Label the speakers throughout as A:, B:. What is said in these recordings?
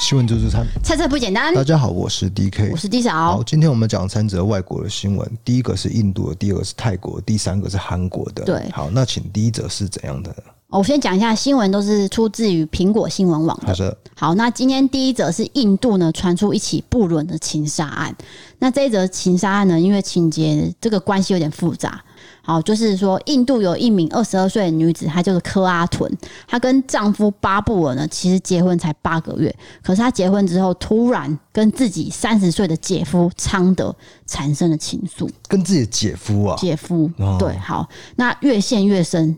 A: 新闻自助餐。
B: 菜菜不简单
A: 大，家好，我是 DK，
B: 我是哦 D 嫂
A: 好，。今天我们讲三则外国的新闻，第一个是印度的，第二个是泰国，第三个是韩国的。
B: 对
A: 好，那请第一则是怎样的呢？
B: 哦我先讲一下新闻，都是出自于苹果新闻网
A: 好
B: 的。
A: 的，
B: 好，那今天第一则是印度呢传出一起不伦的情杀案。那这一则情杀案呢，因为情节这个关系有点复杂。好，就是说印度有一名二十二岁的女子，她叫做科阿屯，她跟丈夫巴布尔呢，其实结婚才八个月，可是她结婚之后，突然跟自己三十岁的姐夫昌德产生了情愫。
A: 跟自己的姐夫啊，
B: 姐夫，
A: 哦
B: 对，好，那越陷越深，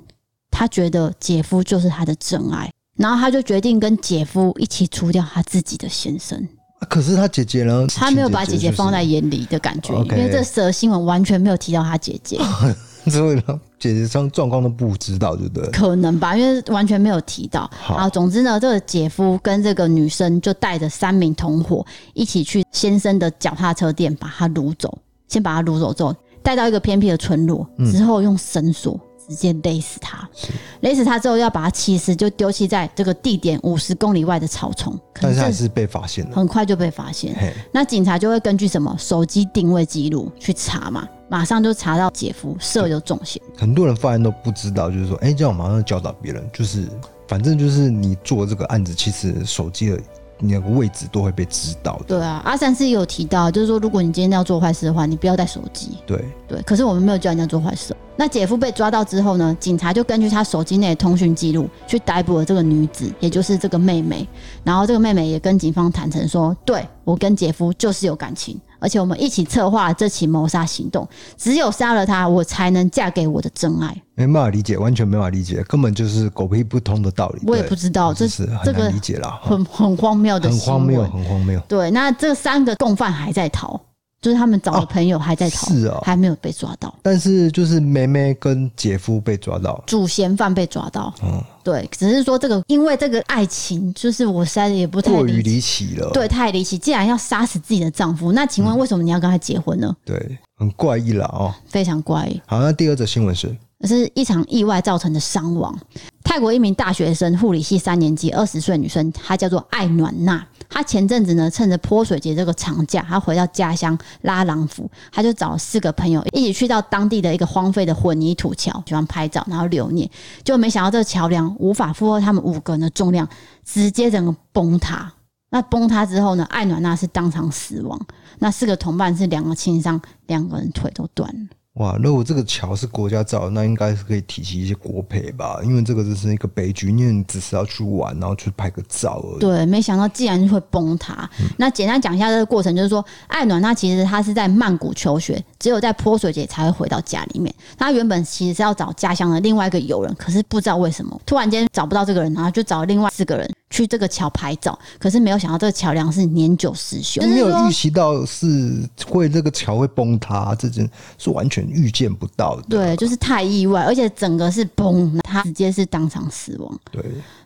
B: 她觉得姐夫就是她的真爱，然后她就决定跟姐夫一起除掉她自己的先生，
A: 啊可是他姐姐呢？
B: 她没有把姐姐放在眼里的感觉，因
A: OK
B: 为这则新闻完全没有提到她姐姐，
A: 眼，所以 呢，姐姐上状况都不知道，对不对？
B: 可能吧，因为完全没有提到。
A: 好
B: 啊，总之呢，这个姐夫跟这个女生就带着三名同伙一起去先生的脚踏车店，把他掳走，先把他掳走之后，带到一个偏僻的村落，之后用绳索直接勒死他。勒死他之后，要把他弃尸，就丢弃在这个地点五十公里外的草丛。可
A: 但
B: 能
A: 是还
B: 这
A: 是被发现了。
B: 很快就被发现。
A: 嘿，
B: 那警察就会根据什么手机定位记录去查嘛，马上就查到姐夫涉有重嫌。
A: 很多人犯案都不知道，就是说，哎、这样我马上教导别人，就是反正就是你做这个案子，其实手机的你那个位置都会被知道的。
B: 对啊，阿三是有提到，就是说如果你今天要做坏事的话，你不要带手机。
A: 对，
B: 对，可是我们没有叫人家做坏事。那姐夫被抓到之后呢，警察就根据他手机内的通讯记录去逮捕了这个女子，也就是这个妹妹。然后这个妹妹也跟警方坦诚说，对我跟姐夫就是有感情，而且我们一起策划了这起谋杀行动，只有杀了他，我才能嫁给我的真爱。
A: 没办法理解，完全没办法理解，根本就是狗屁不通的道理。
B: 我也
A: 对
B: 不知道这
A: 就是
B: 这
A: 很
B: 个
A: 难理解啦，
B: 很很荒谬的
A: 很
B: 新
A: 荒谬，
B: 闻。
A: 很荒谬。
B: 对，那这三个共犯还在逃，就是他们找的
A: 哦
B: 朋友还在逃，
A: 是哦
B: 还没有被抓到。
A: 但是就是梅梅跟姐夫被抓到，
B: 主嫌犯被抓到，
A: 嗯，
B: 对，只是说这个因为这个爱情，就是我实在也不太
A: 过于
B: 理解，
A: 离奇了。
B: 对，太离奇。既然要杀死自己的丈夫，那请
A: 嗯
B: 问为什么你要跟他结婚呢？
A: 对，很怪异啦哦。
B: 非常怪，
A: 好，那第二则新闻是，
B: 而是一场意外造成的伤亡。泰国一名大学生，护理系三年级，二十岁女生，她叫做艾暖娜。她前阵子呢，趁着泼水节这个长假，她回到家乡拉朗府，她就找四个朋友一起去到当地的一个荒废的混凝土桥，喜欢拍照，然后留念。就没想到这个桥梁无法负荷他们五个人的重量，直接整个崩塌。那崩塌之后呢，艾暖娜是当场死亡，那四个同伴是两个轻伤，两个人腿都断了。
A: 哇，如果这个桥是国家造的，那应该是可以提起一些国赔吧，因为这个只是一个悲剧，因为你只是要去玩，然后去拍个照而已。
B: 对，没想到竟然会崩塌。
A: 嗯
B: 那简单讲一下这个过程，就是说，艾暖她其实她是在曼谷求学，只有在泼水节才会回到家里面。她原本其实是要找家乡的另外一个友人，可是不知道为什么突然间找不到这个人，然后就找另外四个人去这个桥拍照，可是没有想到这个桥梁是年久失修，
A: 没
B: 就是
A: 有
B: 说
A: 预期到是会这个桥会崩塌，这件是完全预见不到的。
B: 对，就是太意外，而且整个是崩，她直接是当场死亡，
A: 对，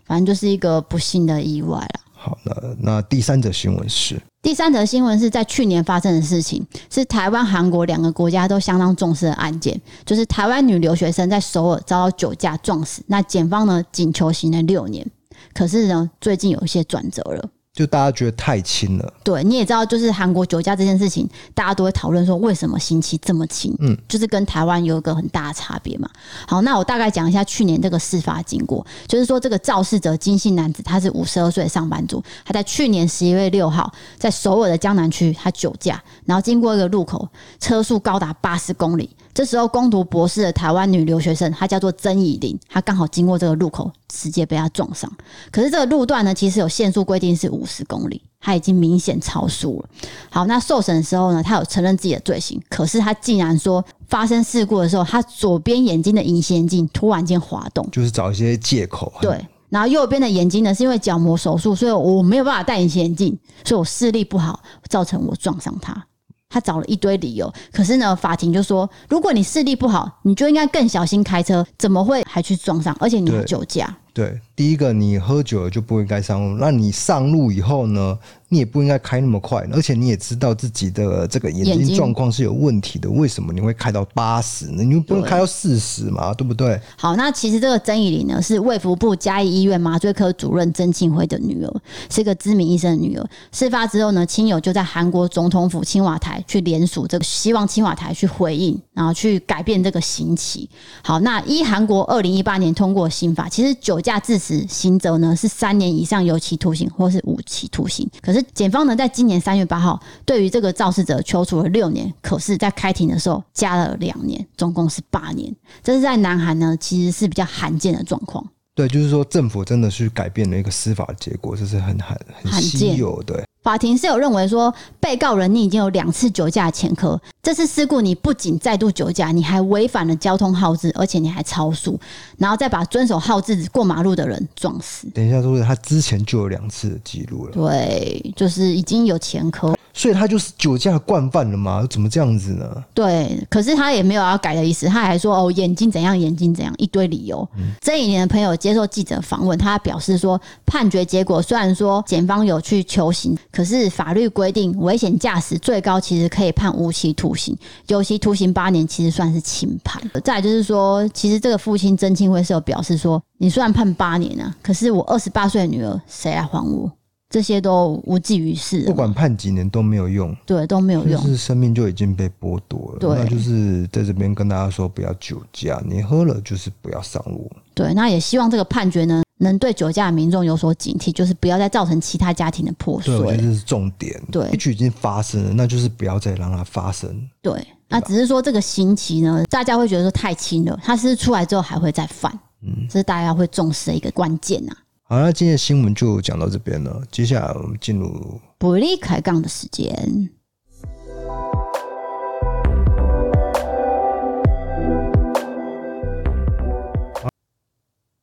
B: 反正就是一个不幸的意外啦。
A: 好，那那第三则新闻是，
B: 第三则新闻是在去年发生的事情，是台湾、韩国两个国家都相当重视的案件，就是台湾女留学生在首尔遭到酒驾撞死，那检方呢仅求刑了六年。可是呢，最近有一些转折了。
A: 就大家觉得太轻了，
B: 对，你也知道，就是韩国酒驾这件事情，大家都会讨论说为什么刑期这么轻，嗯，就是跟台湾有一个很大的差别嘛。好，那我大概讲一下去年这个事发经过，就是说这个肇事者金姓男子，他是五十二岁的上班族，他在去年十一月六号在首尔的江南区，他酒驾，然后经过一个路口，车速高达八十公里。这时候攻读博士的台湾女留学生，她叫做曾以玲，她刚好经过这个路口，直接被他撞上。可是这个路段呢，其实有限速规定是五十公里，他已经明显超速了。好，那受审的时候呢，他有承认自己的罪行，可是他竟然说发生事故的时候，他左边眼睛的隐形眼镜突然间滑动，
A: 就是找一些借口。，
B: 对。然后右边的眼睛呢，是因为角膜手术，所以我没有办法戴隐形眼镜，所以我视力不好，造成我撞上他。他找了一堆理由，可是呢，法庭就说，如果你视力不好，你就应该更小心开车，怎么会还去撞上？而且你还
A: 对
B: 酒驾，
A: 对，第一个，你喝酒了就不应该上路。那你上路以后呢，你也不应该开那么快，而且你也知道自己的这个眼
B: 眼睛
A: 睛状况是有问题的。为什么你会开到八十呢？你不能开到四十嘛，对不对？
B: 好，那其实这个曾以玲呢，是卫福部嘉义医院麻醉科主任曾庆辉的女儿，是个知名医生的女儿。事发之后呢，亲友就在韩国总统府青瓦台去联署，这个希望青瓦台去回应，然后去改变这个刑期。好，那依韩国二零一八年通过的刑法，其实酒驾致死刑责呢是三年以上有期徒刑或是无期徒刑。可是检方呢，在今年三月八号对于这个肇事者求处了六年，可是，在开庭的时候加了两年，总共是八年。这是在南韩呢，其实是比较罕见的状况。
A: 对，就是说政府真的去改变了一个司法结果，这是很很
B: 罕
A: 很稀
B: 见
A: 有的。
B: 法庭是有认为说，被告人你已经有两次酒驾的前科，这次事故你不仅再度酒驾，你还违反了交通号志，而且你还超速，然后再把遵守号志过马路的人撞死。
A: 等一下，说他之前就有两次的记录了，
B: 对，就是已经有前科，
A: 所以他就是酒驾惯犯了嘛？怎么这样子呢？
B: 对，可是他也没有要改的意思，他还说哦眼睛怎样，眼睛怎样，一堆理由。
A: 嗯
B: 这一年的朋友接受记者访问，他表示说，判决结果虽然说检方有去求刑，可是法律规定危险驾驶最高其实可以判无期徒刑，有期徒刑八年其实算是轻判。
A: 嗯
B: 再来就是说，其实这个父亲曾庆辉是有表示说，你虽然判八年啊，可是我二十八岁的女儿谁来还我？这些都无济于事了
A: 不
B: 嘛，
A: 管判几年都没有用。
B: 对都没有
A: 就
B: 用。
A: 是生命就已经被剥夺了。
B: 对
A: 那就是在这边跟大家说，不要酒驾，你喝了就是不要上路。
B: 对，那也希望这个判决呢，能对酒驾的民众有所警惕，就是不要再造成其他家庭的破
A: 对，我觉得
B: 碎。
A: 这是重点。
B: 对
A: 一曲已经发生了，那就是不要再让它发生。
B: 对，那只是说这个刑期呢，大家会觉得说太轻了，他是出来之后还会再犯，
A: 嗯，
B: 这是大家会重视的一个关键呐、啊。
A: 好，那今天的新闻就讲到这边了。接下来我们进入
B: 不利开杠的时间，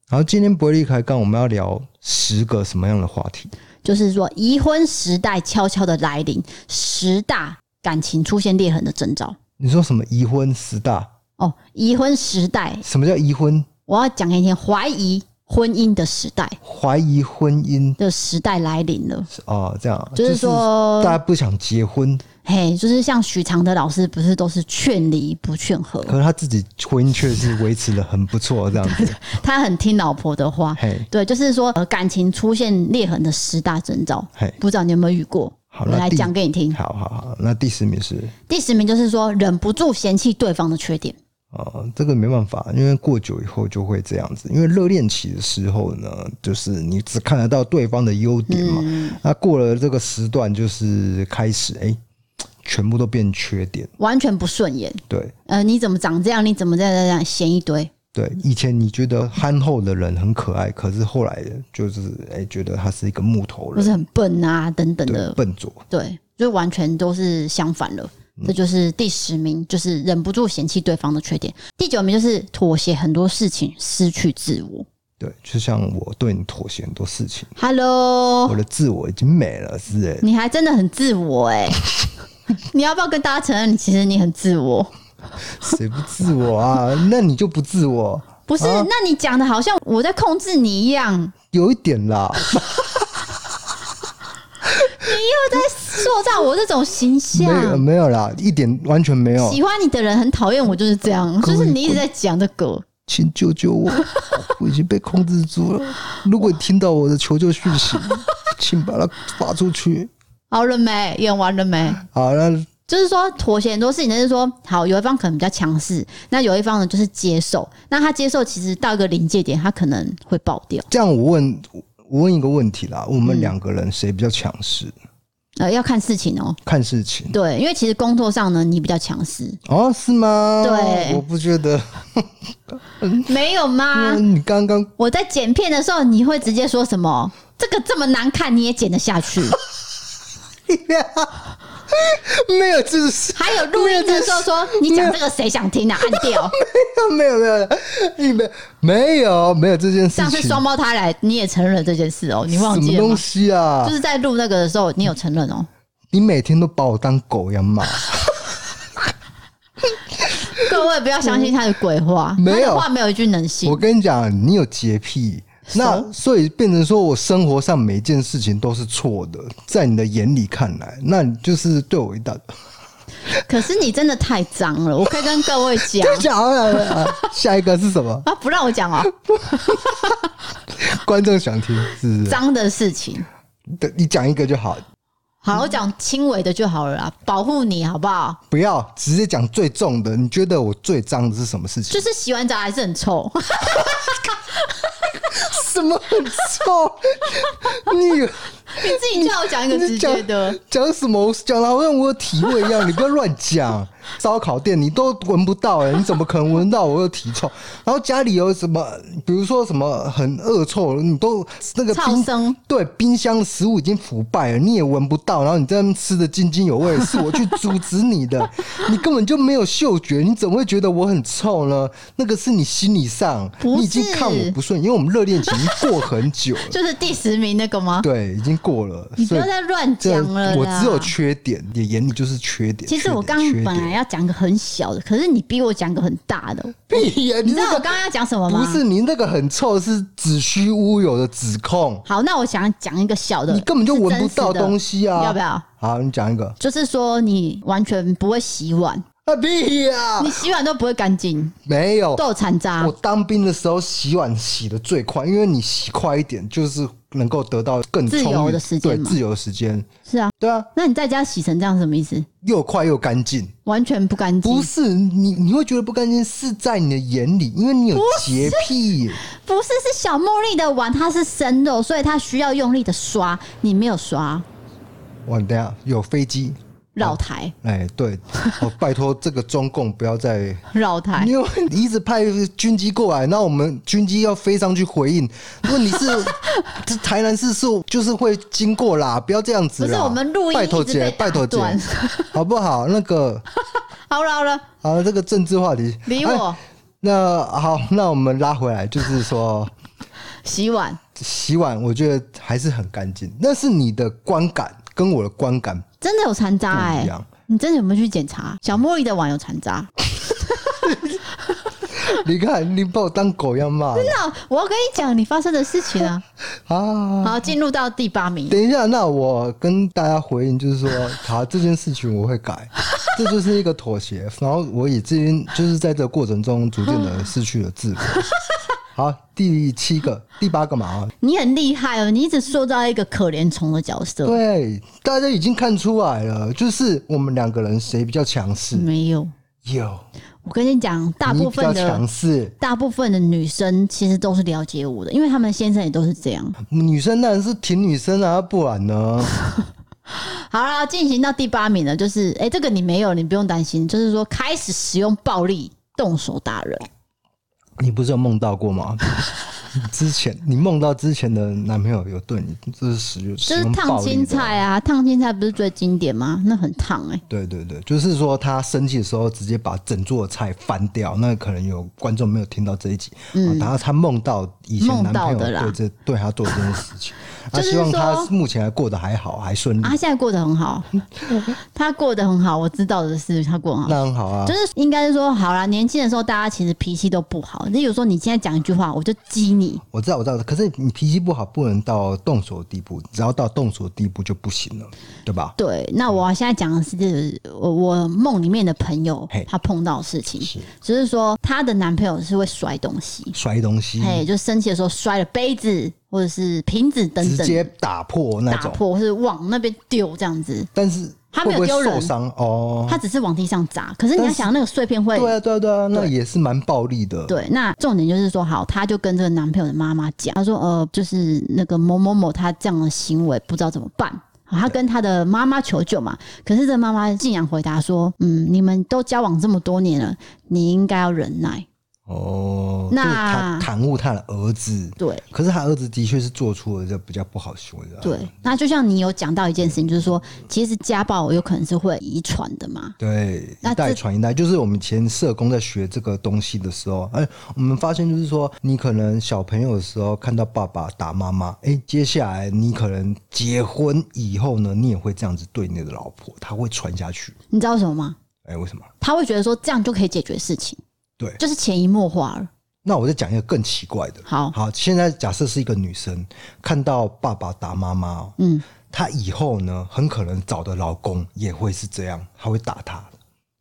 A: 好，今天不会离开刚我们要聊十个什么样的话题？
B: 就是说已婚时代悄悄的来临，十大感情出现裂痕的征兆。
A: 你说什么已婚十大？
B: 哦，已婚时代，
A: 什么叫已婚？
B: 我要讲给你听，怀疑婚姻的时代
A: 怀疑婚姻
B: 的时代来临了，
A: 哦，这样啊
B: 就是说
A: 大家不想结婚，
B: 嘿，就是像许常德老师，不是都是劝离不劝和，
A: 可是他自己婚姻却是维持的很不错，这样子。
B: 他很听老婆的话。
A: 嘿，
B: 对，就是说，呃，感情出现裂痕的十大征兆
A: 嘿，
B: 不知道你有没有遇过？
A: 好
B: 我
A: 那
B: 来
A: 第
B: 讲给你听。
A: 好好好，那第十名是
B: 第十名就是说，忍不住嫌弃对方的缺点。
A: 呃，这个没办法，因为过久以后就会这样子。因为热恋期的时候呢，就是你只看得到对方的优点嘛，
B: 嗯
A: 那过了这个时段，就是开始哎、全部都变缺点。
B: 完全不顺眼，
A: 对
B: 呃，你怎么长这样？你怎么这样这样这样？嫌一堆，
A: 对，以前你觉得憨厚的人很可爱，可是后来就是哎、觉得他是一个木头
B: 或
A: 人
B: 是，很笨啊等等
A: 对，嗯
B: 的，
A: 笨拙。
B: 对，就完全都是相反了。这就是第十名，就是忍不住嫌弃对方的缺点。第九名就是妥协很多事情，失去自我。
A: 对，就像我对你妥协很多事情，
B: Hello，
A: 我的自我已经没了欸之类的。
B: 你还真的很自我 哎、你要不要跟大家承认，其实你很自我？
A: 谁不自我啊？那你就不自我，
B: 不是，
A: 啊
B: 那你讲的好像我在控制你一样，你
A: 有一点 啦。
B: 又在塑造我这种形象。
A: 没有没有啦，一点完全没有。
B: 喜欢你的人很讨厌我，就是这样，
A: 各
B: 就
A: 位
B: 是你一直在讲这个。
A: 请救救我， 我已经被控制住了。如果你听到我的求救讯息， 请把它发出去。
B: 好了没？演完了没？
A: 好，那
B: 就是说妥协很多事情，就是说好有一方可能比较强势，那有一方呢就是接受。那他接受其实到一个临界点，他可能会爆掉。
A: 这样我问，我问一个问题啦，我
B: 嗯
A: 们两个人谁比较强势？
B: 呃，要看事情哦、
A: 看事情
B: 对，因为其实工作上呢，你比较强势，
A: 哦，是吗？
B: 对
A: 我不觉得。
B: 没有吗？
A: 嗯， 你刚刚
B: 我在剪片的时候，你会直接说什么？这个这么难看，你也剪得下去？
A: 没有，就是
B: 还有录音的时候说，你讲这个谁想听啊？按掉，
A: 没有没有，你没没有没有这件事
B: 上次
A: 情，
B: 双胞胎来，你也承认了这件事哦、你忘
A: 什
B: 记
A: 么
B: 了
A: 东
B: 吗？
A: 西啊？
B: 就是在录那个的时候，你有承认哦、
A: 你每天都把我当狗一样骂。
B: 各位不要相信他的鬼话，
A: 没有
B: 他的话没有一句能信
A: 我。跟你讲，你有洁癖，那所以变成说我生活上每件事情都是错的，在你的眼里看来，那你就是对我一大。
B: 可是你真的太脏了，我可以跟各位 讲
A: 讲啊，下一个是什 么？
B: 啊，不让我 讲哦，
A: 观众想听是不是？
B: 脏的事情。
A: 对你讲一个就好，
B: 好，我讲轻微的就好了啦，保护你好不好？
A: 不要直接讲最重的。你觉得我最脏的是什么事情？
B: 就是洗完澡还是很臭，
A: 什么很臭？ 你
B: 你自己叫我 讲一个直
A: 你
B: 接
A: 讲
B: 的。
A: 讲什么？讲的好像我有体味一样，你不要乱讲。烧烤店你都闻不到哎、你怎么可能闻到我有体臭？然后家里有什么，比如说什么很恶臭，你都那个
B: 噪
A: 冰
B: 声
A: 对冰箱的食物已经腐败了，你也闻不到，然后你在那边吃的津津有味，是我去阻止你 的，你根本就没有嗅觉，你怎么会觉得我很臭呢？那个是你心理上，
B: 不
A: 你已经
B: 是
A: 看我不顺，因为我们热恋期已经过很久 了。
B: 就是第十名那个吗？
A: 对，已经过了。
B: 你不
A: 所以
B: 要再乱
A: 这
B: 讲了啦。
A: 我只有缺点，你眼里就是缺点。
B: 其实我刚
A: 缺点
B: 刚本来要讲个很小的，可是你逼我讲个很大的。
A: 缺 点屁呀、
B: 你
A: 你
B: 知道
A: 那
B: 我
A: 个
B: 刚刚要讲什么吗？
A: 不是你那个很臭，是子虚乌有的指控，
B: 好，那我想讲一个小的，
A: 你根本就闻不到东
B: 西、
A: 西啊！
B: 要不？要？
A: 好，你讲一个。
B: 就是说你完全不会洗碗，
A: 啊屁呀、
B: 你啊洗碗都不会干净，
A: 没有，
B: 都有残渣
A: 我。当兵的时候洗碗洗的最快，因为你洗快一点，就是能够得到更
B: 自由
A: 充裕
B: 的时间
A: 对
B: 嘛
A: 自由的时间，
B: 是啊，
A: 对啊，
B: 那你在家洗成这样什么意思？
A: 又快又干净。
B: 完全不干净
A: 不。是你，你会觉得不干净是在你的眼里，因为你有洁癖。
B: 不是，是小茉莉的碗，它是生肉，所以它需要用力的刷，你没有刷，
A: 哇，等一下有飞机，
B: 绕台，
A: 哎，对，哦， 拜托这个中共不要再，
B: 绕台
A: 因为你一直派军机过来，那我们军机要飞上去回应。问题 是，这台南市是就是会经过啦，不要这样子
B: 不
A: 啦。
B: 是我们录音
A: 拜托
B: 一直被
A: 姐，拜托
B: 打
A: 姐
B: 断，
A: 好不好？那个，
B: 好了好了，
A: 啊，这个政治话题，
B: 理
A: 哎
B: 我
A: 那好，那我们拉回来，就是说。
B: 洗碗。
A: 洗碗，我觉得还是很干净，但是你的观感跟我的观感
B: 真的有残渣
A: 不
B: 哎、
A: 一样。
B: 你真的有没有去检查？小茉莉的碗有残渣？
A: 你看，你把我当狗一样 骂了
B: 那我要跟你讲你发生的事情 啊！
A: 啊！
B: 好，进入到第八名，
A: 等一下，那我跟大家回应，就是说，好，这件事情我会 改，这就是一个妥协。然后我也至今就是在这个过程中，逐渐的失去了自我。好，第七个、第八个嘛， 啊
B: 你很厉害哦，你一直塑造一个可怜虫的角色。
A: 对，大家已经看出来了，就是我们两个人谁比较强势？
B: 没有，
A: 有，
B: 我跟你讲，大
A: 你
B: 部
A: 比较
B: 分
A: 强
B: 的
A: 势，
B: 大部分的女生其实都是了解我的，因为他们先生也都是这样。
A: 女生当然是挺女生啊，不然呢？
B: 好啦，进行到第八名了，就是哎、诶这个你没有，你不用担心，就是说开始使用暴力动手打人。
A: 你不是有梦到过 吗？之前你梦到之前的男朋友有对你，这是使
B: 就
A: 使
B: 是
A: 用
B: 烫
A: 暴力
B: 青
A: 的。
B: 菜啊，烫青菜不是最经典吗？那很烫哎、
A: 对对对，就是说他生气的时候，直接把整桌的菜翻掉。那可能有观众没有听到这一集，嗯，然后他梦到以前
B: 梦
A: 男
B: 到
A: 朋友
B: 的啦
A: 对这对他做这件事情，啊 他、
B: 就是
A: 希望
B: 说
A: 他目前还过得还好，还顺利，
B: 啊，他现在过得 很好，他过得很好，我知道的是他过得很好。
A: 那很好啊
B: 就。是应该是说，好啦，年轻的时候大家其实脾气都不好。你有时候你现在讲一句话，我就激你，
A: 我知道，我知道，可是你脾气不好，不能到动手的地步，只要到动手的地步就不行了，对吧？
B: 对，那
A: 嗯
B: 我现在讲的是我我梦里面的朋友
A: 嘿，
B: 她碰到的事情，
A: 是
B: 就是说她的男朋友是会摔东西，
A: 摔东西，
B: 嘿，就生气的时候摔了杯子或者是瓶子等
A: 直
B: 等，
A: 接打破那
B: 打
A: 种，
B: 破或是往那边丢这样子，
A: 但是
B: 他
A: 会
B: 没有
A: 不会
B: 丢人
A: 受伤哦。
B: 她只是往地上砸。可是你要
A: 但是
B: 想，那个碎片会
A: 对啊，对啊，对啊，那也是蛮暴力的。，
B: 对，那重点就是说，好，她就跟这个男朋友的妈妈讲，她说，呃，就是那个某某某，她这样的行为不知道怎么办。好，她跟她的妈妈求救嘛，可是这妈妈竟然回答说，嗯，你们都交往这么多年了，你应该要忍耐。
A: 哦，
B: 那
A: 就是他袒护他的儿子，
B: 对
A: 可是他儿子的确是做出了这比较不好行为的。，啊
B: 对，那就像你有讲到一件事情，就是说，其实家暴有可能是会遗传的嘛。
A: 对，
B: 那
A: 一代
B: 这
A: 传一代，就是我们以前社工在学这个东西的时候，哎，我们发现就是说，你可能小朋友的时候看到爸爸打妈妈，哎，接下来你可能结婚以后呢，你也会这样子对你的老婆，她会传下去。
B: 你知道为什么吗？
A: 哎，为什么？
B: 她会觉得说这样就可以解决事情，
A: 对
B: 就是潜移默化了。
A: 那我再讲一个更奇怪的。
B: 好
A: 好，现在假设是一个女生看到爸爸打妈妈、哦，
B: 嗯，
A: 她以后呢，很可能找的老公也会是这样，她会打她。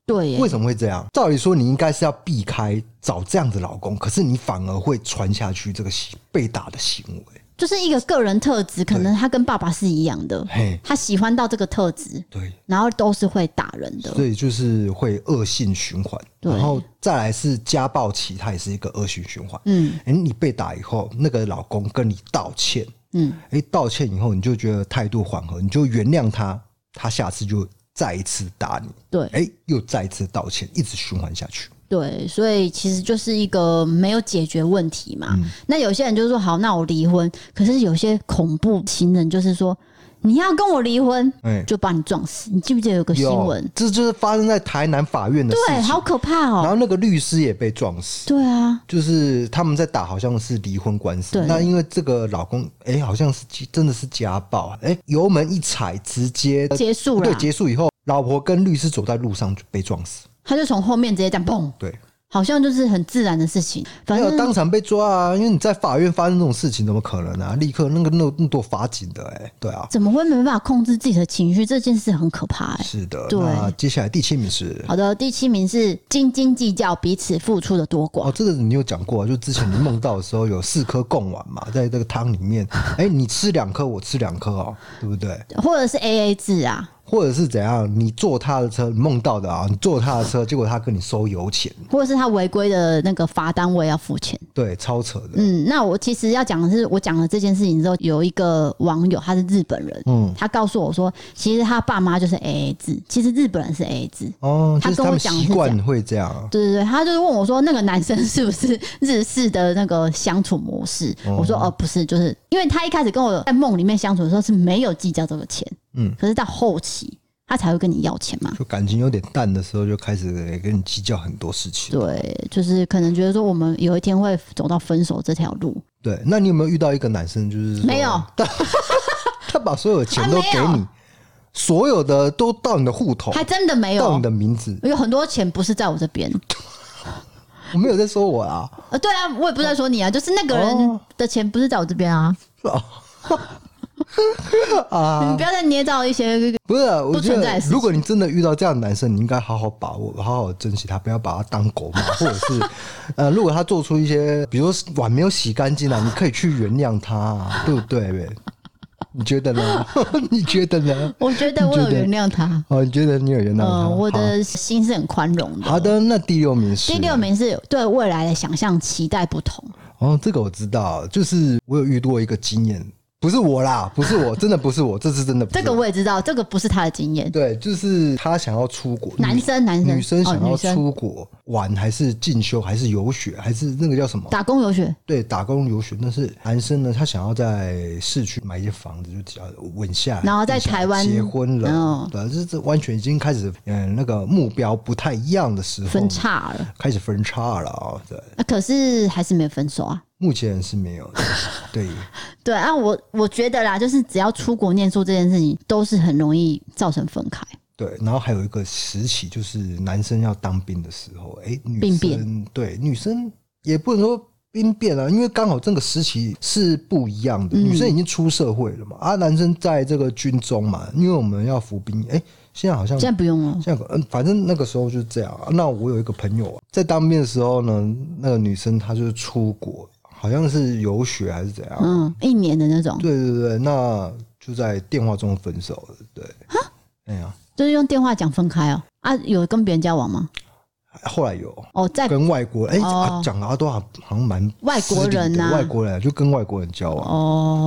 B: 对耶，
A: 为什么会这样？照理说，你应该是要避开找这样子老公，可是你反而会传下去这个行被打的行为。
B: 就是一个个人特质，可能他跟爸爸是一样的，
A: 嘿，
B: 他喜欢到这个特质，
A: 对，
B: 然后都是会打人的。
A: 所以就是会恶性循环。
B: 对
A: 然后再来是家暴期，它也是一个恶性循环。
B: 嗯
A: 哎、你被打以后，那个老公跟你道歉，
B: 嗯，
A: 哎、道歉以后你就觉得态度缓和，你就原谅他，他下次就再一次打你，
B: 对
A: 哎、又再一次道歉，一直循环下去。
B: 对，所以其实就是一个没有解决问题嘛。
A: 嗯
B: 那有些人就说好，那我离婚。可是有些恐怖情人就是说你要跟我离婚，
A: 哎、
B: 就把你撞死。你记不记得有个新
A: 有
B: 闻？，
A: 这就是发生在台南法院的事
B: 对，
A: 情。
B: 好可怕
A: 然
B: 哦、
A: 后那个律师也被撞死，
B: 对啊，
A: 就是他们在打好像是离婚官司
B: 对。
A: 那因为这个老公，哎、好像是真的是家暴，哎、油门一踩，直接
B: 结束
A: 对
B: 了，
A: 结束以后，老婆跟律师走在路上就被撞死，
B: 他就从后面直接这样砰，
A: 对，
B: 好像就是很自然的事情。反
A: 没有
B: 正
A: 当场被抓啊，因为你在法院发生这种事情，怎么可能啊？立刻那个那那多法警的、哎，对啊，
B: 怎么会没办法控制自己的情绪？这件事很可怕、欸。
A: 是的。
B: 对
A: 那接下来第七名是。
B: 好的，第七名是斤斤计较彼此付出的多寡。
A: 哦，这个你有讲过啊，就之前你梦到的时候有四颗贡丸嘛，在这个汤里面，哎、你吃两颗，我吃两颗哦，对不对？
B: 或者是 A A 制啊，
A: 或者是怎样？你坐他的车，你梦到的啊，你坐他的车，结果他跟你收油钱，
B: 或者是他违规的那个罚单，我也要付钱。
A: 对，超扯的。
B: 嗯，那我其实要讲的是，我讲了这件事情之后，有一个网友他是日本人，
A: 嗯，
B: 他告诉我说，其实他爸妈就是 A A 制，其实日本人是 A A 制。
A: 哦，
B: 他
A: 就是
B: 跟
A: 他
B: 我
A: 们
B: 讲是
A: 习
B: 这样
A: 惯会这样啊。
B: 对对对，他就是问我说，那个男生是不是日式的那个相处模式？
A: 哦
B: 我说，呃，不是，就是因为他一开始跟我在梦里面相处的时候是没有计较这个钱，
A: 嗯，
B: 可是到后期他才会跟你要钱嘛。
A: 就感情有点淡的时候，就开始跟你计较很多事情。
B: 对，就是可能觉得说我们有一天会走到分手这条路，
A: 对，那你有没有遇到一个男生，就是说
B: 没有，
A: 他 他把所有的钱都给
B: 啊没
A: 你，所有的都到你的户头，
B: 还真的没
A: 到
B: 有
A: 哦你。的名字。
B: 有很多钱不是在我这边，
A: 我没有在说我啊，
B: 呃，对啊，我也不是在说你啊，就是那个人
A: 哦
B: 的钱不是在我这边啊，
A: 是吧哦 啊，
B: 你们不要再捏造一些
A: 不是啊、我觉
B: 存在
A: 得
B: 的事情
A: 如果你真的遇到这样的男生，你应该好好把握，好好珍惜他，不要把他当狗 骂，或者是呃，如果他做出一些，比如说碗没有洗干净啊，你可以去原谅他、啊，对不对？你觉得 呢？你觉得呢？
B: 我觉得我有
A: 你觉得
B: 原谅他，
A: 哦，你觉得你有原谅他？
B: 嗯，我的心是很宽容的。
A: 好好的，那第六名是
B: 第六名是对未来的想象期待不同，
A: 哦，这个我知道，就是我有遇过一个经验，不是我啦，不是我，真的不是我，这次真的不
B: 这
A: 是
B: 个
A: 我。
B: 我也知道，这个不是他的经验。
A: 对，就是他想要出国，
B: 男生，男生，
A: 女生想
B: 哦，女
A: 要
B: 生
A: 出国玩，还是进修，还是游学，还是那个叫什么？
B: 打工游学，
A: 对，打工游学。但是男生呢，他想要在市区买一些房子，就只要稳下来，
B: 然后在
A: 定下来
B: 台湾
A: 结婚了
B: 嗯，
A: 对，啊这这完全已经开始，嗯，那个目标不太一样的时候，
B: 分叉了，
A: 开始分叉了啊、对，
B: 啊可是还是没分手啊。
A: 目前是没有的，对，
B: 对啊，我我觉得啦，就是只要出国念书这件事情，都是很容易造成分开。
A: 对，然后还有一个时期，就是男生要当兵的时候，哎，女
B: 兵
A: 生
B: 变
A: 对女生也不能说兵变啊，因为刚好这个时期是不一样
B: 嗯
A: 的，女生已经出社会了嘛，啊，男生在这个军中嘛，因为我们要服兵役，哎，现在好像
B: 现在不用了，
A: 像嗯，反正那个时候就是这样、啊。那我有一个朋友、啊、在当兵的时候呢，那个女生她就是出国，好像是游学还是怎样，
B: 嗯，一年的那种，
A: 对对对，那就在电话中分手了，对，哎呀、
B: 就是用电话讲分开哦。啊，有跟别人交往吗？
A: 后来有。
B: 哦，在
A: 跟外国哎
B: 哦
A: 啊讲的阿多好像蛮
B: 外国人
A: 呐、
B: 啊
A: 外国人就跟外国人交往，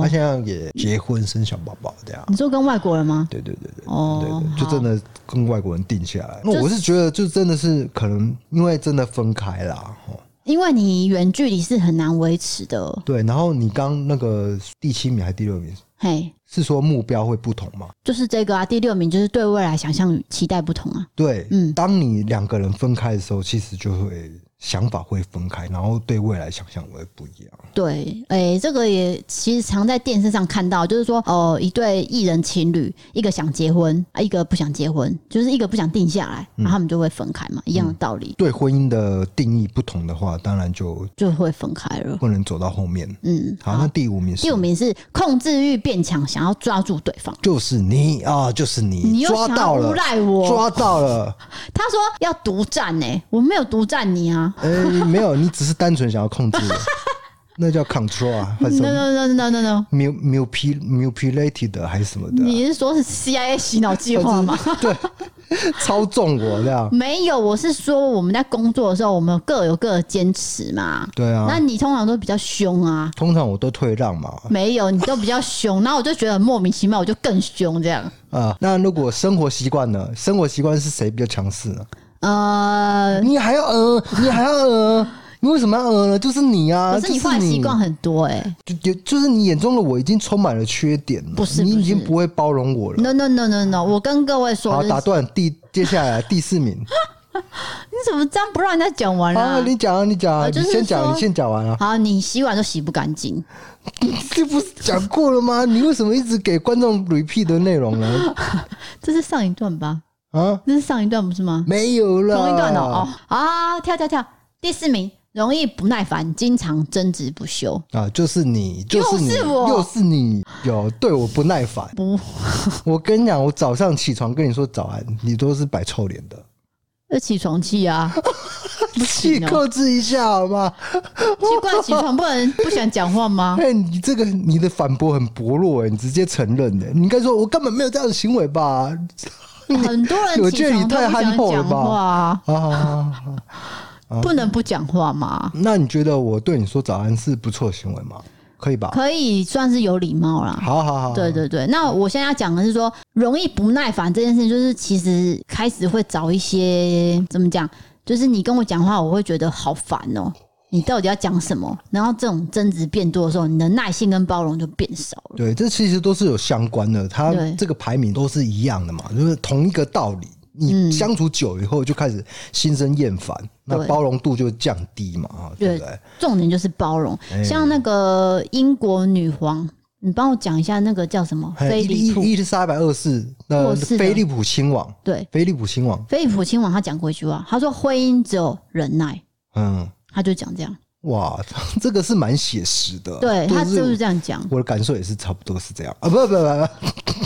A: 他、
B: 哦，
A: 现在也结婚生小宝宝这样。
B: 你说跟外国人吗？
A: 对对对对
B: 哦
A: 对对，
B: 好
A: 就真的跟外国人定下来。那我是觉得，就真的是可能因为真的分开啦，哦
B: 因为你远距离是很难维持的，哦
A: 对。然后你刚那个第七名还是第六名，
B: 嘿，
A: 是说目标会不同吗？
B: 就是这个啊。第六名就是对未来想象与期待不同啊。
A: 对，
B: 嗯
A: 当你两个人分开的时候，其实就会想法会分开，然后对未来想象会不一样。
B: 对，哎、这个也其实常在电视上看到，就是说，哦，一对艺人情侣，一个想结婚，啊，一个不想结婚，就是一个不想定下来，
A: 嗯
B: 然后他们就会分开嘛，一样的道理，
A: 对婚姻的定义不同的话，当然就
B: 就会分开了。
A: 不能走到后面。
B: 嗯，
A: 好，那第五名是
B: 第五名是控制欲变强，想要抓住对方。
A: 就是你啊，就是你，
B: 你又
A: 抓
B: 想要
A: 到
B: 诬
A: 了，
B: 赖我？
A: 抓到了。
B: 他说要独占呢、我没有独占你啊。
A: 哎、没有，你只是单纯想要控制 我，那叫 control 啊，还是
B: No no no no no no，
A: mu mu p manipulated 还是什么的 啊、
B: 你是说是 CIA 洗脑计划吗？
A: 操纵我这样。
B: 没有，我是说我们在工作的时候，我们各有各的坚持嘛。
A: 对啊
B: 那你通常都比较凶啊。
A: 通常我都退让嘛，
B: 没有，你都比较凶，然后我就觉得很莫名其妙，我就更凶这样。
A: 啊，那如果生活习惯呢？生活习惯是谁比较强势呢？
B: 呃，
A: 你还要呃，你还要呃，你为什么要呃呢？就是你啊，
B: 可
A: 就是
B: 你坏习惯很多哎、欸。
A: 就就就是你眼中的我已经充满了缺点了，
B: 不是
A: 你
B: 不
A: 已经
B: 是
A: 不会包容我了。
B: No no no no no，我跟各位说，
A: 啊好，
B: 就是
A: 打断第接下来啊第四 名，
B: 你怎么这样不让人家讲完
A: 好，
B: 啊？
A: 你讲啊，你讲啊，
B: 我
A: 你
B: 就是
A: 先讲，
B: 说
A: 你先讲完啊，
B: 好，你洗碗都洗不干净，
A: 这不是讲过了吗？你为什么一直给观众 repeat 的内容呢？
B: 这是上一段吧？
A: 啊，
B: 这是上一段不是吗？
A: 没有啦，
B: 同一段哦。哦，啊，跳跳跳，第四名，容易不耐烦，经常争执不休。
A: 啊，就是你，就
B: 又
A: 是你，
B: 是我
A: 又是你，有对我不耐烦。
B: 不，
A: 我跟你讲，我早上起床跟你说早安，你都是摆臭脸的，
B: 这起床气啊，
A: 气
B: 行哦
A: 克制一下好吗？
B: 奇怪，起床不能不想讲 话吗？
A: 哎、你这个你的反驳很薄弱哎、你直接承认的、你应该说我根本没有这样的行为吧？
B: 很多人
A: 我
B: 起
A: 觉得你
B: 床都
A: 太
B: 不
A: 憨
B: 想
A: 厚了
B: 讲话
A: 吧？
B: 啊，
A: 啊好，好好好哦
B: 不能不讲话嘛，
A: 那你觉得我对你说早安是不错的行为吗？可以吧？
B: 可以算是有礼貌啦。
A: 好好好，
B: 对对对，那我现在要讲的是说，容易不耐烦这件事情，就是其实开始会找一些怎么讲，就是你跟我讲话，我会觉得好烦哦、你到底要讲什么？然后这种争执变多的时候，你的耐性跟包容就变少了。
A: 对，这其实都是有相关的，它
B: 对
A: 这个排名都是一样的嘛，就是同一个道理。你相处久以后就开始心生厌烦，那
B: 嗯对
A: 包容度就降低嘛，啊，对不对？
B: 重点就是包容。
A: 哎
B: 像那个英国女皇，你帮我讲一下那个叫什么？
A: 嘿
B: 菲利普
A: 伊伊丽莎白二世，那
B: 过世的
A: 菲利普亲王，
B: 对，
A: 菲利普亲王，
B: 菲利普亲王他讲过一句话，他说婚姻只有忍耐，
A: 嗯，
B: 他就讲这样。
A: 哇， 这个是蛮写实的，
B: 对他
A: 是
B: 就是这样讲，
A: 我的感受也是差不多是这样啊，不不不不，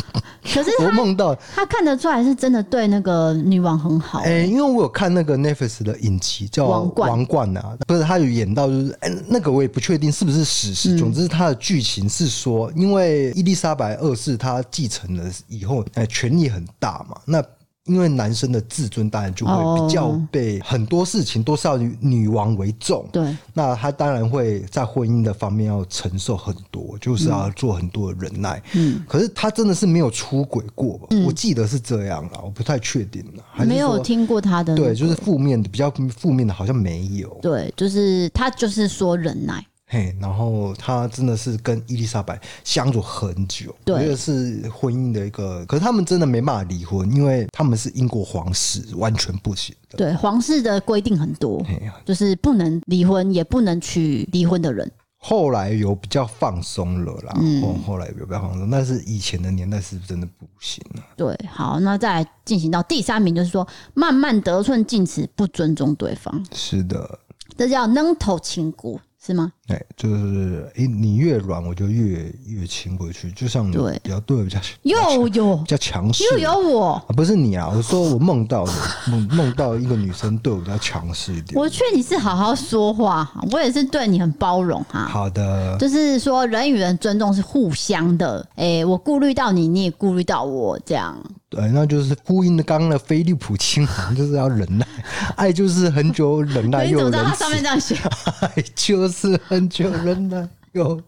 B: 可是
A: 我梦到，
B: 他看得出来是真的对那个女王很好。
A: 哎、因为我有看那个 Netflix 的影集叫《
B: 王冠
A: 王冠》啊，不是他有演到，就是哎、那个我也不确定是不是史实。
B: 嗯
A: 总之，他的剧情是说，因为伊丽莎白二世她继承了以后，哎、权力很大嘛，那。因为男生的自尊当然就会比较
B: 哦
A: 被很多事情都是要女女王为重，
B: 对，
A: 那他当然会在婚姻的方面要承受很多，就是要做很多的忍耐。嗯，可是他真的是没有出轨过吧？我记得是这样啦，我不太确定了。还是说
B: 嗯没有听过他的那
A: 对，
B: 个
A: 就是负面的，比较负面的，好像没有。
B: 对，就是他就是说忍耐。
A: 嘿，然后他真的是跟伊丽莎白相处很久，
B: 对
A: 我觉得是婚姻的一个。可是他们真的没办法离婚，因为他们是英国皇室，完全不行的。
B: 对，皇室的规定很多，
A: 嘿呀
B: 就是不能离婚，也不能娶离婚的人。
A: 后来有比较放松了啦，
B: 嗯
A: 后后来有比较放松，但是以前的年代是真的不行啊。
B: 对，好，那再来进行到第三名，就是说慢慢得寸进尺，不尊重对方，
A: 是的，
B: 这叫扔头轻骨，是吗？
A: 哎、就是哎、诶你越软，我就越越亲过去，就像
B: 对
A: 比较对我比较
B: 又有
A: 比较强势，
B: 又有我，
A: 啊，不是你啊，我说我梦到的，梦梦到一个女生对我比较强势一点。
B: 我劝你是好好说话，我也是对你很包容哈。
A: 好的，
B: 就是说，人与人尊重是互相的。诶、我顾虑到你，你也顾虑到我，这样。
A: 对，那就是呼应刚刚的菲利普亲王，就是要忍耐，爱就是很久忍耐
B: 你怎
A: 又
B: 么知
A: 忍
B: 道它
A: 死
B: 上，面这样写？
A: 爱就是很久忍耐又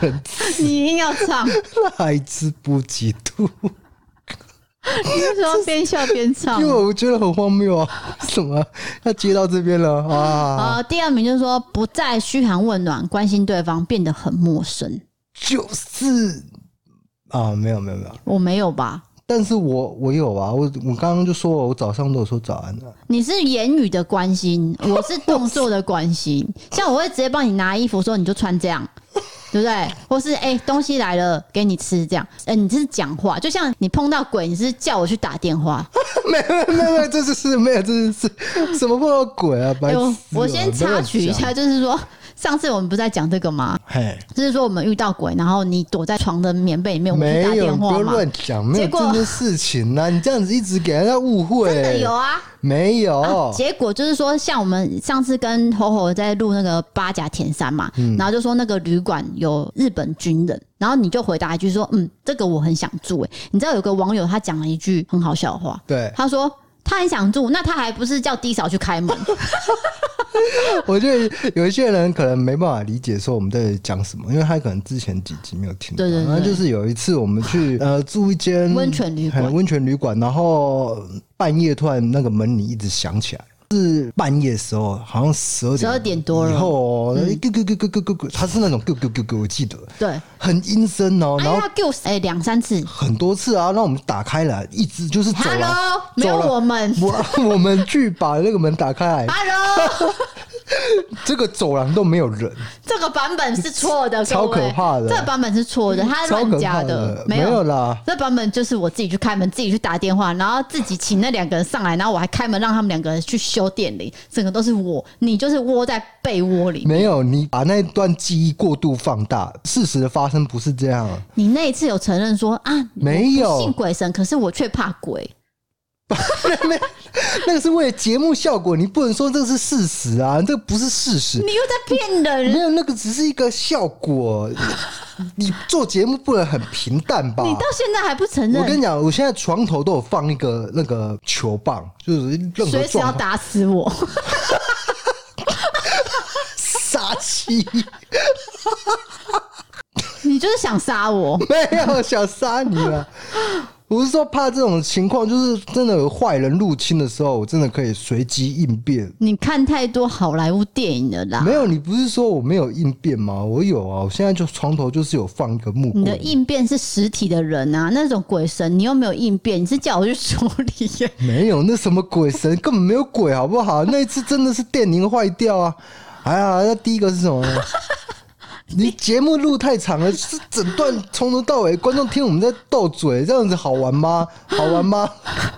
A: 忍死，
B: 你硬要唱，你
A: 爱之不及度。
B: 为什么 要边笑边唱
A: 因？为我觉得很荒谬啊，为什么要接到这边了啊？
B: 呃，第二名就是说，不再嘘寒问暖，关心对方变得很陌生。
A: 就是啊，没有没有没有，
B: 我没有吧？
A: 但是我我有啊，我我刚刚就说我早上都有说早安的、
B: 你是言语的关心，我是动作的关心。 像我会直接帮你拿衣服，说你就穿这样，对不对？或是哎、东西来了给你吃，这样。哎、你这是讲话，就像你碰到鬼，你是叫我去打电话。
A: 没有没有没有，这就是没有，这就是 什么碰到鬼啊！白
B: 哎
A: 痴、
B: 我
A: 哦
B: 我先插曲一，
A: 没有
B: 下，就是说上次我们不是在讲这个吗？
A: 讲嘿，
B: 就是说我们遇到鬼，然后你躲在床的棉被里面，我们
A: 没
B: 去打
A: 有，
B: 电
A: 你不
B: 话
A: 要
B: 嘛。
A: 乱讲，没有
B: 结果
A: 这件事情呐、你这样子一直给人家误会、
B: 真的有啊，
A: 没有？
B: 啊结果就是说，像我们上次跟吼吼在录那个八甲田山嘛，
A: 嗯
B: 然后就说那个旅馆有日本军人，然后你就回答一句说，嗯，这个我很想住、欸。你知道有个网友他讲了一句很好笑的话，
A: 对，
B: 他说他很想住，那他还不是叫低嫂去开门？
A: 我觉得有一些人可能没办法理解说我们在讲什么，因为他可能之前几集没有听到。
B: 对对对
A: 那就是有一次我们去呃住一间
B: 温泉旅馆
A: 嘿温泉旅馆，然后半夜突然那个门铃一直响起来。是半夜的时候，好像十二
B: 12点多了
A: 以后哦，咕咕咕咕咕咕咕，它是那种咕咕咕咕，我记得
B: 对，
A: 很阴森哦，
B: 哎
A: 然后
B: 他给我哎两三次
A: 很多次啊，让我们打开来，一直就是走了，
B: ，Hello，没
A: 走
B: 有
A: 了
B: 我们
A: 我我们去把那个门打开来，
B: ，Hello，
A: 这个走廊都没有人，
B: 这个版本是错 的，
A: 超
B: 各位
A: 可怕的嗯
B: 这个版本是错的，他
A: 超
B: 乱
A: 可
B: 加
A: 怕的，
B: 没
A: 有啦，
B: 这版本就是我自己去开门，自己去打电话，然后自己请那两个人上来，然后我还开门让他们两个人去修电铃，整个都是我，你就是窝在被窝里。
A: 没有，你把那段记忆过度放大，事实的发生不是这样。
B: 你那一次有承认说啊，
A: 没有
B: 我不信鬼神，可是我却怕鬼。
A: 那个是为了节目效果，你不能说这是事实啊，这不是事实。
B: 你又在骗人
A: 没，有，那个只是一个效果。 你做节目不能很平淡吧？
B: 你到现在还不承
A: 我跟
B: 认，
A: 你讲，我现在床头都有放一个那个球棒，就是任何
B: 随时要
A: 状况
B: 打死我。
A: 杀气，
B: 你就是想杀我，
A: 没有想杀你啊！我是说，怕这种情况，就是真的有坏人入侵的时候，我真的可以随机应变。
B: 你看太多好莱坞电影了啦
A: 没。有，你不是说我没有应变吗？我有啊，我现在就床头就是有放一个木
B: 你的
A: 棍，
B: 应变是实体的人啊，那种鬼神你又没有应变，你是叫我去处理耶、
A: 没有那什么鬼神，根本没有鬼，好不好？那一次真的是电铃坏掉啊！哎呀，那第一个是什么 呢？你节目录太长了，是整段从头到尾，观众听我们在斗嘴，这样子好玩吗？好玩吗？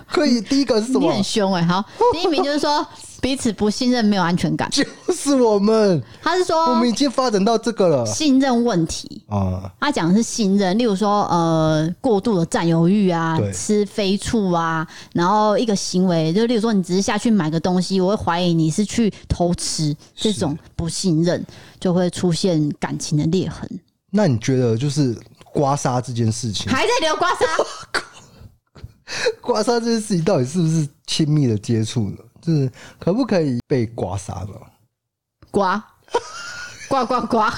A: 可以，第一个是什
B: 你
A: 么
B: 很？凶哎、 好，第一名就是说彼此不信任，没有安全感。
A: 就是我们，
B: 他是
A: 我啊
B: 说
A: 们已经发展到这个了
B: 信任问题，
A: 啊！
B: 他讲的是信任，例如说呃过度的占有欲啊
A: 对，
B: 吃飞醋啊，然后一个行为，就例如说你只是下去买个东西，我会怀疑你是去偷吃，这种不信任就会出现感情的裂痕，
A: 那你觉得就是刮痧这件事情，
B: 还在留刮痧。
A: 刮痧这件事情到底是不是亲密的接触呢？就是可不可以被刮痧 呢？
B: 刮。刮刮刮！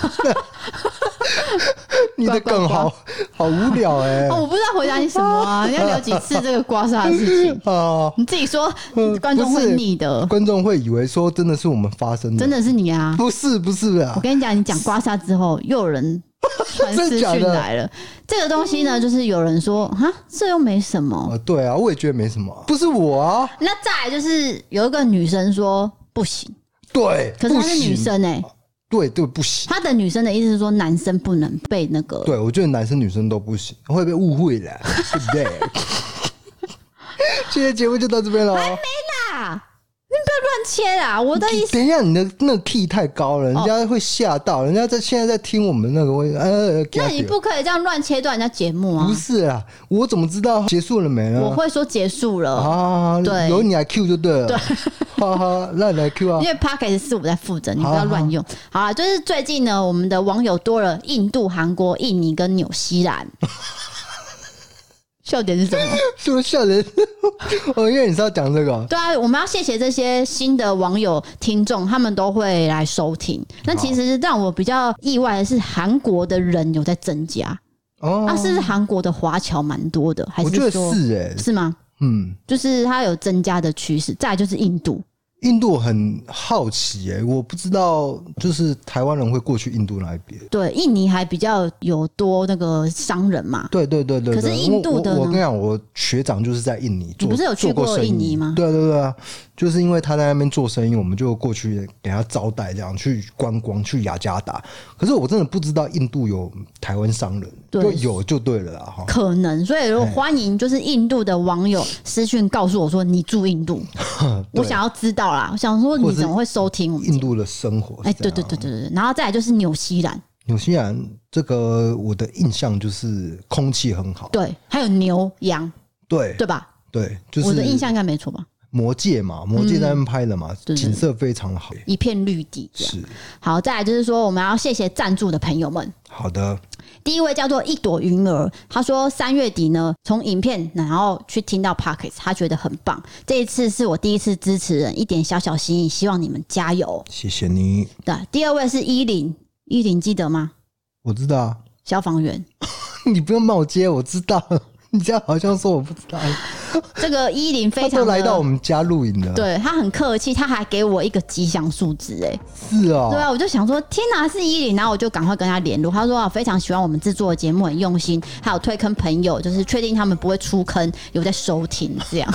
A: 你的梗好好无聊哎、
B: 哦，我不知道回答你什 么啊！你要聊几次这个刮痧的事情？
A: 啊！
B: 你自己说
A: 嗯，
B: 观众
A: 不
B: 会
A: 是
B: 腻的，
A: 啊观众会以为说真的是我们发生的，
B: 真的是你啊！
A: 不是不是
B: 我
A: 啊！
B: 跟你讲，你讲刮痧之后，又有人传
A: 真
B: 私
A: 的假的
B: 讯来了。这个东西呢，就是有人说啊，这又没什么。
A: 啊，对啊，我也觉得没什么，不是我啊，
B: 那再来就是有一个女生说不行，
A: 对，
B: 可是她是
A: 不行
B: 女，生哎、
A: 对对不行，
B: 她的女生的意思是说男生不能被那个。
A: 对我觉得男生女生都不行，会被误会 的，对不对？今天节目就到这边了哦。
B: 啊，你不要乱切啦！我的意思，哦
A: 等一下，你的那个 key 太高了，人家会吓到，人家在现在在听我们那个会，呃，
B: 那你
A: 给他
B: 不可以这样乱切断人家节目啊！
A: 不是啊，我怎么知道结束了没呢？
B: 我会说结束了，
A: 啊，
B: 对
A: 由你来 Q 就对了，对，哈哈，那你来 Q 啊
B: 因，为 p o c k e t 是我在负责，你不要乱用。好了，就是最近呢，我们的网友多了印度、韩国、印尼跟纽西兰。笑点是什么？
A: 是不是吓人？ 哦，因为你是要讲这个，
B: 对啊，我们要谢谢这些新的网友听众，他们都会来收听。那其实让我比较意外的是，韩国的人有在增加，
A: 哦，
B: 啊，是不是韩国的华侨蛮多的，还
A: 我觉
B: 是
A: 得
B: 说
A: 是哎，
B: 是吗？
A: 嗯，
B: 就是它有增加的趋势。再来就是印度，
A: 印度很好奇哎、我不知道，就是台湾人会过去印度那一边。
B: 对，印尼还比较有多那个商人嘛，
A: 对对对对对。
B: 可是印度的
A: 我我我
B: 呢
A: 跟你讲，我学长就是在印尼做，
B: 你不是有去
A: 做
B: 过
A: 过生意
B: 印尼吗
A: 对对对啊，就是因为他在那边做生意，我们就过去给他招待，这样去观光，去雅加达。可是我真的不知道印度有台湾商人，
B: 对
A: 就有就对了啦哈。
B: 可能，所以如果欢迎就是印度的网友私讯告诉我说你住 印度，我想要知道啦，我想说
A: 或
B: 你
A: 是
B: 怎么会收听我们？
A: 印度的生活是
B: 哎，
A: 这
B: 对
A: 样，啊
B: 对对对对，对然后再来就是纽西兰，
A: 纽西兰这个我的印象就是空气很好，
B: 对，还有牛羊，
A: 对
B: 对吧？
A: 对，就是
B: 我的印象应该没错吧？
A: 魔戒嘛，魔戒在那边拍的嘛，
B: 嗯对对
A: 景色非常好。
B: 一片绿地这样。
A: 是
B: 好，再来就是说我们要谢谢赞助的朋友们，
A: 好的，
B: 第一位叫做一朵云儿，他说三月底呢，从影片然后去听到 Pockets，他觉得很棒。这一次是我第一次支持人，一点小小心意，希望你们加油。
A: 谢谢你，
B: 对，第二位是依林，依林记得吗？
A: 我知道 啊。
B: 消防员，
A: 你不用冒接，我知道。 你这样好像说我不知道，
B: 这个依林非
A: 他
B: 常
A: 都
B: 的
A: 来到我们家录影了。，
B: 对他很客气，他还给我一个吉祥数字，哎，
A: 是
B: 对
A: 哦，
B: 啊，我就想说，天哪、是依林，然后我就赶快跟他联络，他说啊，非常喜欢我们制作的节目，很用心，还有推坑朋友，就是确定他们不会出坑，有在收听这 样。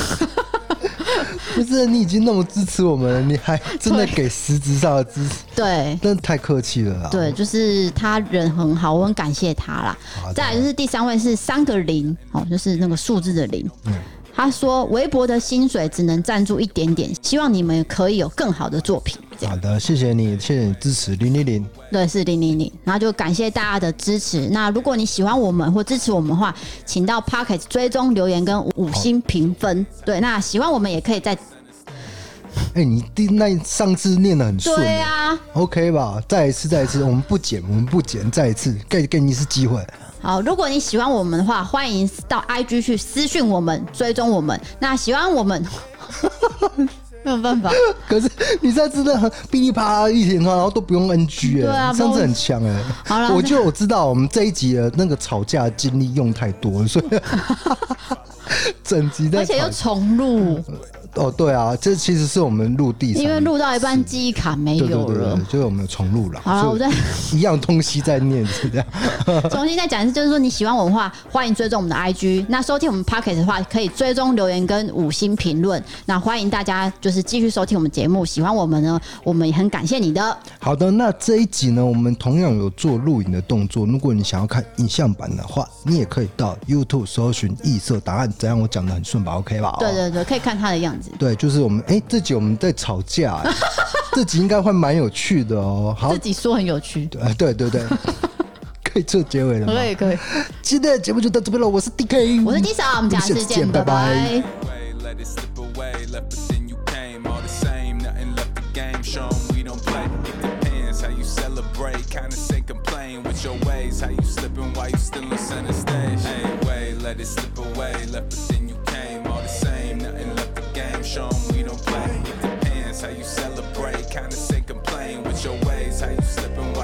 A: 不是你已经那么支持我们了，你还真的给实质上的支持，
B: 对，
A: 真的太客气了啦。
B: 对，就是他人很好，我很感谢他啦
A: 好的。
B: 再来就是第三位是三个零，哦，就是那个数字的零。他说微博的薪水只能赞助一点点，希望你们可以有更好的作品。这样
A: 好的，谢谢你，谢谢你支持零零零，
B: 对，是零零零，然后就感谢大家的支持。那如果你喜欢我们或支持我们的话，请到 Pocket 追踪留言跟五星评分。对，那喜欢我们也可以在
A: 哎、你第那上次念的很顺、
B: 对啊。
A: o k 吧？再一次，再一次，我们不剪，我们不剪，再一次，给给你一次机会。
B: 好，如果你喜欢我们的话，欢迎到 IG 去私讯我们，追踪我们。那喜欢我们， 没 有办法，
A: 可是你上次真的很噼里啪啦一连串，然后都不用 NG 哎、
B: 对啊
A: 你上次很强哎、
B: 好啦
A: 我就我知道我们这一集的那个吵架经历用太多了，所 以整集在
B: 而且又
A: 吵。
B: 重录，
A: 哦，对啊，这其实是我们录第三，
B: 因为录到一半记忆卡没
A: 对对
B: 有
A: 对对，
B: 了
A: 对。就是我们重录了。
B: 好了，
A: 所以
B: 我再
A: 一样东西在念是这样。
B: 重新再讲一次，就是说你喜欢我们的话，欢迎追踪我们的 IG。那收听我们 Pocket 的话，可以追踪留言跟五星评论。那欢迎大家就是继续收听我们节目，喜欢我们呢，我们也很感谢你的。
A: 好的，那这一集呢，我们同样有做录影的动作。如果你想要看影像版的话，你也可以到 YouTube 搜寻“异色答案”。怎样？我讲的很顺吧？OK 吧？
B: 对对对，可以看他的样子，
A: 对，就是我们哎、这集我们在吵架、 哎这集应该会蛮有趣的哦。好
B: 自，己说很有趣。
A: 呃，对对 对，可以做结尾了吗？
B: 可以可以，
A: 今天的节目就到这边了，我是 DK，
B: 我是 d i s 我们下次见，
A: 拜
B: 拜
A: 拜
B: 拜
C: away, let it slip away. Left us in you came, all the same, nothing left the game. Show 'em we don't play. It depends how you celebrate. Kinda say complain with your ways. How you slipping while you still on center stage. Hey, way, let it slip away. Left us in you came, all the same, nothing left the game. Show 'em we don't play. It depends how you celebrate. Kinda say complain with your ways. How you slipping